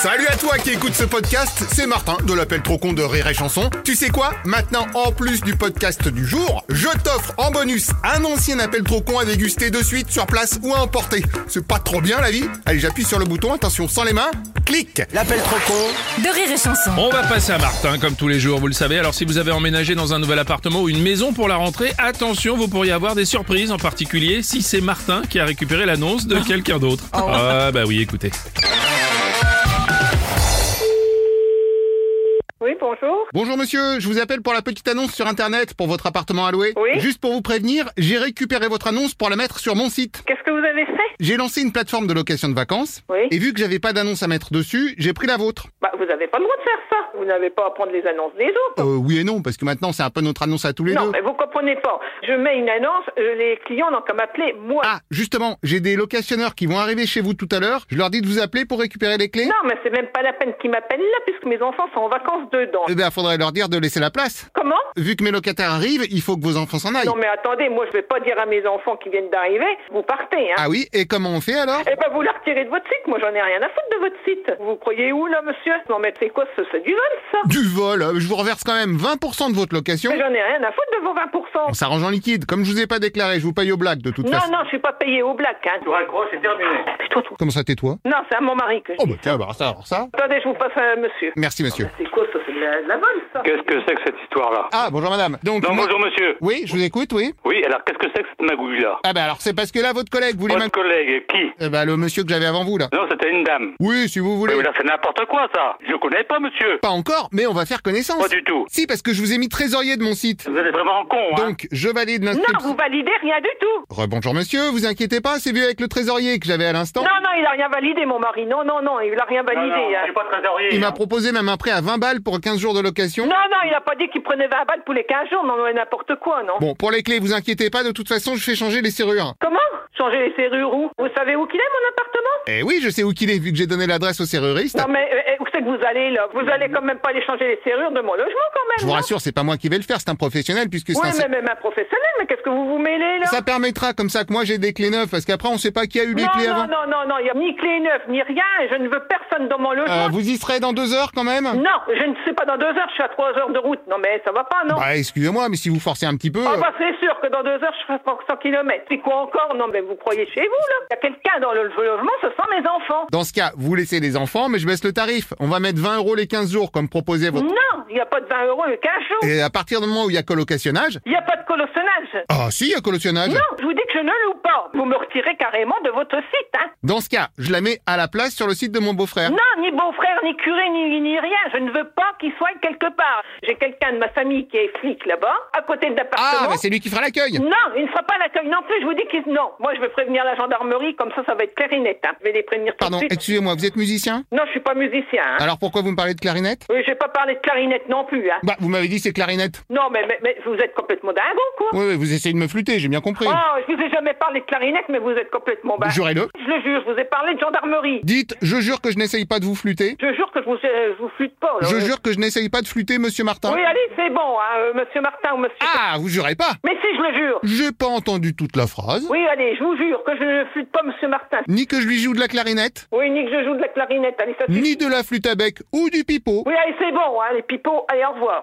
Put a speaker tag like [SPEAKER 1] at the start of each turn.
[SPEAKER 1] Salut à toi qui écoute ce podcast, c'est Martin de l'appel trop con de Rire et Chanson. Tu sais quoi Maintenant, en plus du podcast du jour, je t'offre en bonus un ancien appel trop con à déguster de suite sur place ou à emporter. C'est pas trop bien la vie Allez, j'appuie sur le bouton, attention, sans les mains, clique
[SPEAKER 2] L'appel trop con
[SPEAKER 3] de rire et chanson.
[SPEAKER 4] On va passer à Martin, comme tous les jours, vous le savez. Alors, si vous avez emménagé dans un nouvel appartement ou une maison pour la rentrée, attention, vous pourriez avoir des surprises, en particulier si c'est Martin qui a récupéré l'annonce de quelqu'un d'autre. Ah, bah oui, écoutez.
[SPEAKER 5] Oui, bonjour.
[SPEAKER 1] Bonjour monsieur, je vous appelle pour la petite annonce sur internet pour votre appartement à louer.
[SPEAKER 5] Oui.
[SPEAKER 1] Juste pour vous prévenir, j'ai récupéré votre annonce pour la mettre sur mon site.
[SPEAKER 5] Qu'est-ce que vous avez fait
[SPEAKER 1] J'ai lancé une plateforme de location de vacances.
[SPEAKER 5] Oui.
[SPEAKER 1] Et vu que j'avais pas d'annonce à mettre dessus, j'ai pris la vôtre.
[SPEAKER 5] Bah, vous n'avez pas le droit de faire ça. Vous n'avez pas à prendre les annonces des autres.
[SPEAKER 1] Euh, oui et non, parce que maintenant c'est un peu notre annonce à tous les
[SPEAKER 5] Oh. non,
[SPEAKER 1] deux.
[SPEAKER 5] mais vous comprenez pas. Je mets une annonce, euh, les clients n'ont qu'à m'appeler moi.
[SPEAKER 1] Ah, justement, j'ai des locationnaires qui vont arriver chez vous tout à l'heure. Je leur dis de vous appeler pour récupérer les clés.
[SPEAKER 5] Non, mais c'est même pas la peine qu'ils m'appellent là, puisque mes enfants sont en vacances dedans.
[SPEAKER 1] Eh bien, faudrait leur dire de laisser la place.
[SPEAKER 5] Comment
[SPEAKER 1] Vu que mes locataires arrivent, il faut que vos enfants s'en aillent.
[SPEAKER 5] Non, mais attendez, moi je vais pas dire à mes enfants qui viennent d'arriver, vous partez, hein.
[SPEAKER 1] Ah oui, et comment on fait alors
[SPEAKER 5] Eh ben, vous la retirez de votre site. Moi, j'en ai rien à foutre de votre site. Vous croyez où, là, monsieur Non, mais c'est quoi ce C'est du vol, ça
[SPEAKER 1] Du vol, euh, je vous reverse quand même 20% de votre location.
[SPEAKER 5] Mais J'en ai rien à foutre de vos 20%.
[SPEAKER 1] On s'arrange en liquide. Comme je vous ai pas déclaré, je vous paye au blague de toute
[SPEAKER 5] Non,
[SPEAKER 1] façon.
[SPEAKER 5] non, je suis pas payé au black, hein. Ah,
[SPEAKER 6] c'est terminé.
[SPEAKER 5] Mais toi, toi-
[SPEAKER 1] Comment ça tais-toi
[SPEAKER 5] Non, c'est à mon mari que je
[SPEAKER 1] Oh
[SPEAKER 5] dis
[SPEAKER 1] bah tiens, bah, alors ça, alors ça.
[SPEAKER 5] Attendez, je vous passe un monsieur.
[SPEAKER 1] Merci monsieur.
[SPEAKER 5] C'est quoi ça C'est de la, de la vole, ça
[SPEAKER 6] Qu'est-ce que c'est que cette histoire-là
[SPEAKER 1] Ah bonjour madame. Donc
[SPEAKER 6] Non,
[SPEAKER 1] moi-
[SPEAKER 6] bonjour monsieur.
[SPEAKER 1] Oui, je vous écoute, oui.
[SPEAKER 6] Oui, alors qu'est-ce que c'est que cette magouille-là
[SPEAKER 1] Ah bah alors c'est parce que là votre collègue voulait ma...
[SPEAKER 6] Votre collègue, qui
[SPEAKER 1] Eh bah, le monsieur que j'avais avant vous là.
[SPEAKER 6] Non, c'était une dame.
[SPEAKER 1] Oui, si vous voulez.
[SPEAKER 6] Mais là, c'est n'importe quoi, ça. Je connais pas, monsieur.
[SPEAKER 1] Pas encore, mais on va faire connaissance.
[SPEAKER 6] Pas du tout.
[SPEAKER 1] Si parce que je vous ai mis trésorier de mon site.
[SPEAKER 6] Vous êtes vraiment con, hein.
[SPEAKER 1] Donc je valide
[SPEAKER 5] Non, vous
[SPEAKER 1] l'inscription.
[SPEAKER 5] validez rien du tout.
[SPEAKER 1] Rebonjour monsieur, vous inquiétez pas, c'est vu avec le trésorier que j'avais à l'instant.
[SPEAKER 5] Non, non, il a rien validé, mon mari. Non, non, non, il a rien
[SPEAKER 6] Non,
[SPEAKER 5] validé.
[SPEAKER 6] non, je
[SPEAKER 5] hein.
[SPEAKER 6] suis pas trésorier.
[SPEAKER 1] Il m'a
[SPEAKER 6] hein.
[SPEAKER 1] proposé même un prêt à 20 balles pour 15 jours de location.
[SPEAKER 5] Non, non, il a pas dit qu'il prenait 20 balles tous les 15 jours. Non, non, n'importe quoi, non.
[SPEAKER 1] Bon, pour les clés, vous inquiétez pas, de toute façon, je fais changer les serrures.
[SPEAKER 5] Comment Changer les serrures où Vous savez où qu'il est, mon appartement
[SPEAKER 1] Eh oui, je sais où qu'il est, vu que j'ai donné l'adresse au serruriste.
[SPEAKER 5] Non, mais euh, euh, où c'est que vous allez, là Vous allez quand même pas aller changer les serrures de mon logement, quand même
[SPEAKER 1] Je vous
[SPEAKER 5] non
[SPEAKER 1] rassure, c'est pas moi qui vais le faire, c'est un professionnel, puisque c'est
[SPEAKER 5] Oui,
[SPEAKER 1] un...
[SPEAKER 5] mais même un professionnel, mais qu'est-ce que vous vous mêlez, là
[SPEAKER 1] Ça permettra, comme ça, que moi j'ai des clés neuves, parce qu'après, on sait pas qui a eu les
[SPEAKER 5] non,
[SPEAKER 1] clés
[SPEAKER 5] non,
[SPEAKER 1] avant.
[SPEAKER 5] non, non, non, il n'y a ni clé neuve, ni rien, et je ne veux personne dans mon
[SPEAKER 1] Euh,
[SPEAKER 5] logement.
[SPEAKER 1] vous y serez dans deux heures, quand même
[SPEAKER 5] Non, je ne sais pas, dans deux heures, je suis à trois heures de route. Non, mais ça va pas, non
[SPEAKER 1] Bah, excusez-moi, mais si vous forcez un petit peu...
[SPEAKER 5] Ah
[SPEAKER 1] euh,
[SPEAKER 5] bah c'est sûr que dans deux heures, je ferai 100 km. C'est quoi encore Non, mais vous croyez chez vous, là Il y a quelqu'un dans le logement, ce sont mes enfants.
[SPEAKER 1] Dans ce cas, vous laissez les enfants, mais je baisse le tarif. On va mettre 20 euros les 15 jours, comme proposé votre...
[SPEAKER 5] Non, il n'y a pas de 20 euros le cachot.
[SPEAKER 1] Et à partir du moment où il y a colocationage...
[SPEAKER 5] Il n'y a pas de colossonnage.
[SPEAKER 1] Ah si, il y a colocationage
[SPEAKER 5] Non, je vous dis que je ne loue pas. Vous me retirez carrément de votre site, hein
[SPEAKER 1] Dans ce cas, je la mets à la place sur le site de mon beau-frère.
[SPEAKER 5] Non, ni beau-frère, ni curé, ni, ni rien. Je ne veux pas qu'il soit quelque part. J'ai quelqu'un de ma famille qui est flic là-bas, à côté de
[SPEAKER 1] Ah,
[SPEAKER 5] l'appartement.
[SPEAKER 1] mais c'est lui qui fera l'accueil
[SPEAKER 5] non, il ne fera pas l'accueil non plus. Je vous dis qu'il non. Moi, je vais prévenir la gendarmerie, comme ça, ça va être clair et net. Hein. Je vais les prévenir tout
[SPEAKER 1] Pardon, Ah.
[SPEAKER 5] de suite.
[SPEAKER 1] excusez-moi, vous êtes musicien
[SPEAKER 5] Non, je suis pas musicien. Hein.
[SPEAKER 1] Alors pourquoi vous me parlez de clarinette
[SPEAKER 5] Oui, j'ai pas parlé de clarinette non plus, hein.
[SPEAKER 1] Bah, vous m'avez dit c'est clarinette.
[SPEAKER 5] Non, mais, mais, mais vous êtes complètement dingo, quoi.
[SPEAKER 1] Oui, oui, vous essayez de me flûter, j'ai bien compris.
[SPEAKER 5] Oh, je vous ai jamais parlé de clarinette, mais vous êtes complètement dingue.
[SPEAKER 1] Jurez-le.
[SPEAKER 5] Je le jure, je vous ai parlé de gendarmerie.
[SPEAKER 1] Dites, je jure que je n'essaye pas de vous flûter.
[SPEAKER 5] Je jure que je vous, euh, je vous flûte pas. là.
[SPEAKER 1] Je jure que je n'essaye pas de flûter, monsieur Martin.
[SPEAKER 5] Oui, allez, c'est bon, hein, euh, monsieur Martin ou monsieur.
[SPEAKER 1] Ah, vous jurez pas
[SPEAKER 5] Mais si, je le jure.
[SPEAKER 1] J'ai pas entendu toute la phrase.
[SPEAKER 5] Oui, allez, je vous jure que je ne flûte pas, monsieur Martin.
[SPEAKER 1] Ni que je lui joue de la clarinette,
[SPEAKER 5] Oui, ni que je joue de la clarinette, allez, ça suffit.
[SPEAKER 1] ni de la flûte à bec ou du pipeau.
[SPEAKER 5] Oui, allez, c'est bon, hein, les pipeaux, allez, au revoir.